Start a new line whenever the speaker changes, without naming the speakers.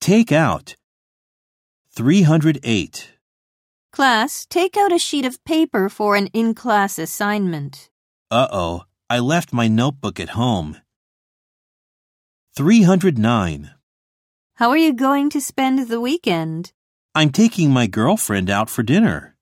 Take out. 308.
Class, take out a sheet of paper for an in class assignment.
Uh oh, I left my notebook at home. 309.
How are you going to spend the weekend?
I'm taking my girlfriend out for dinner.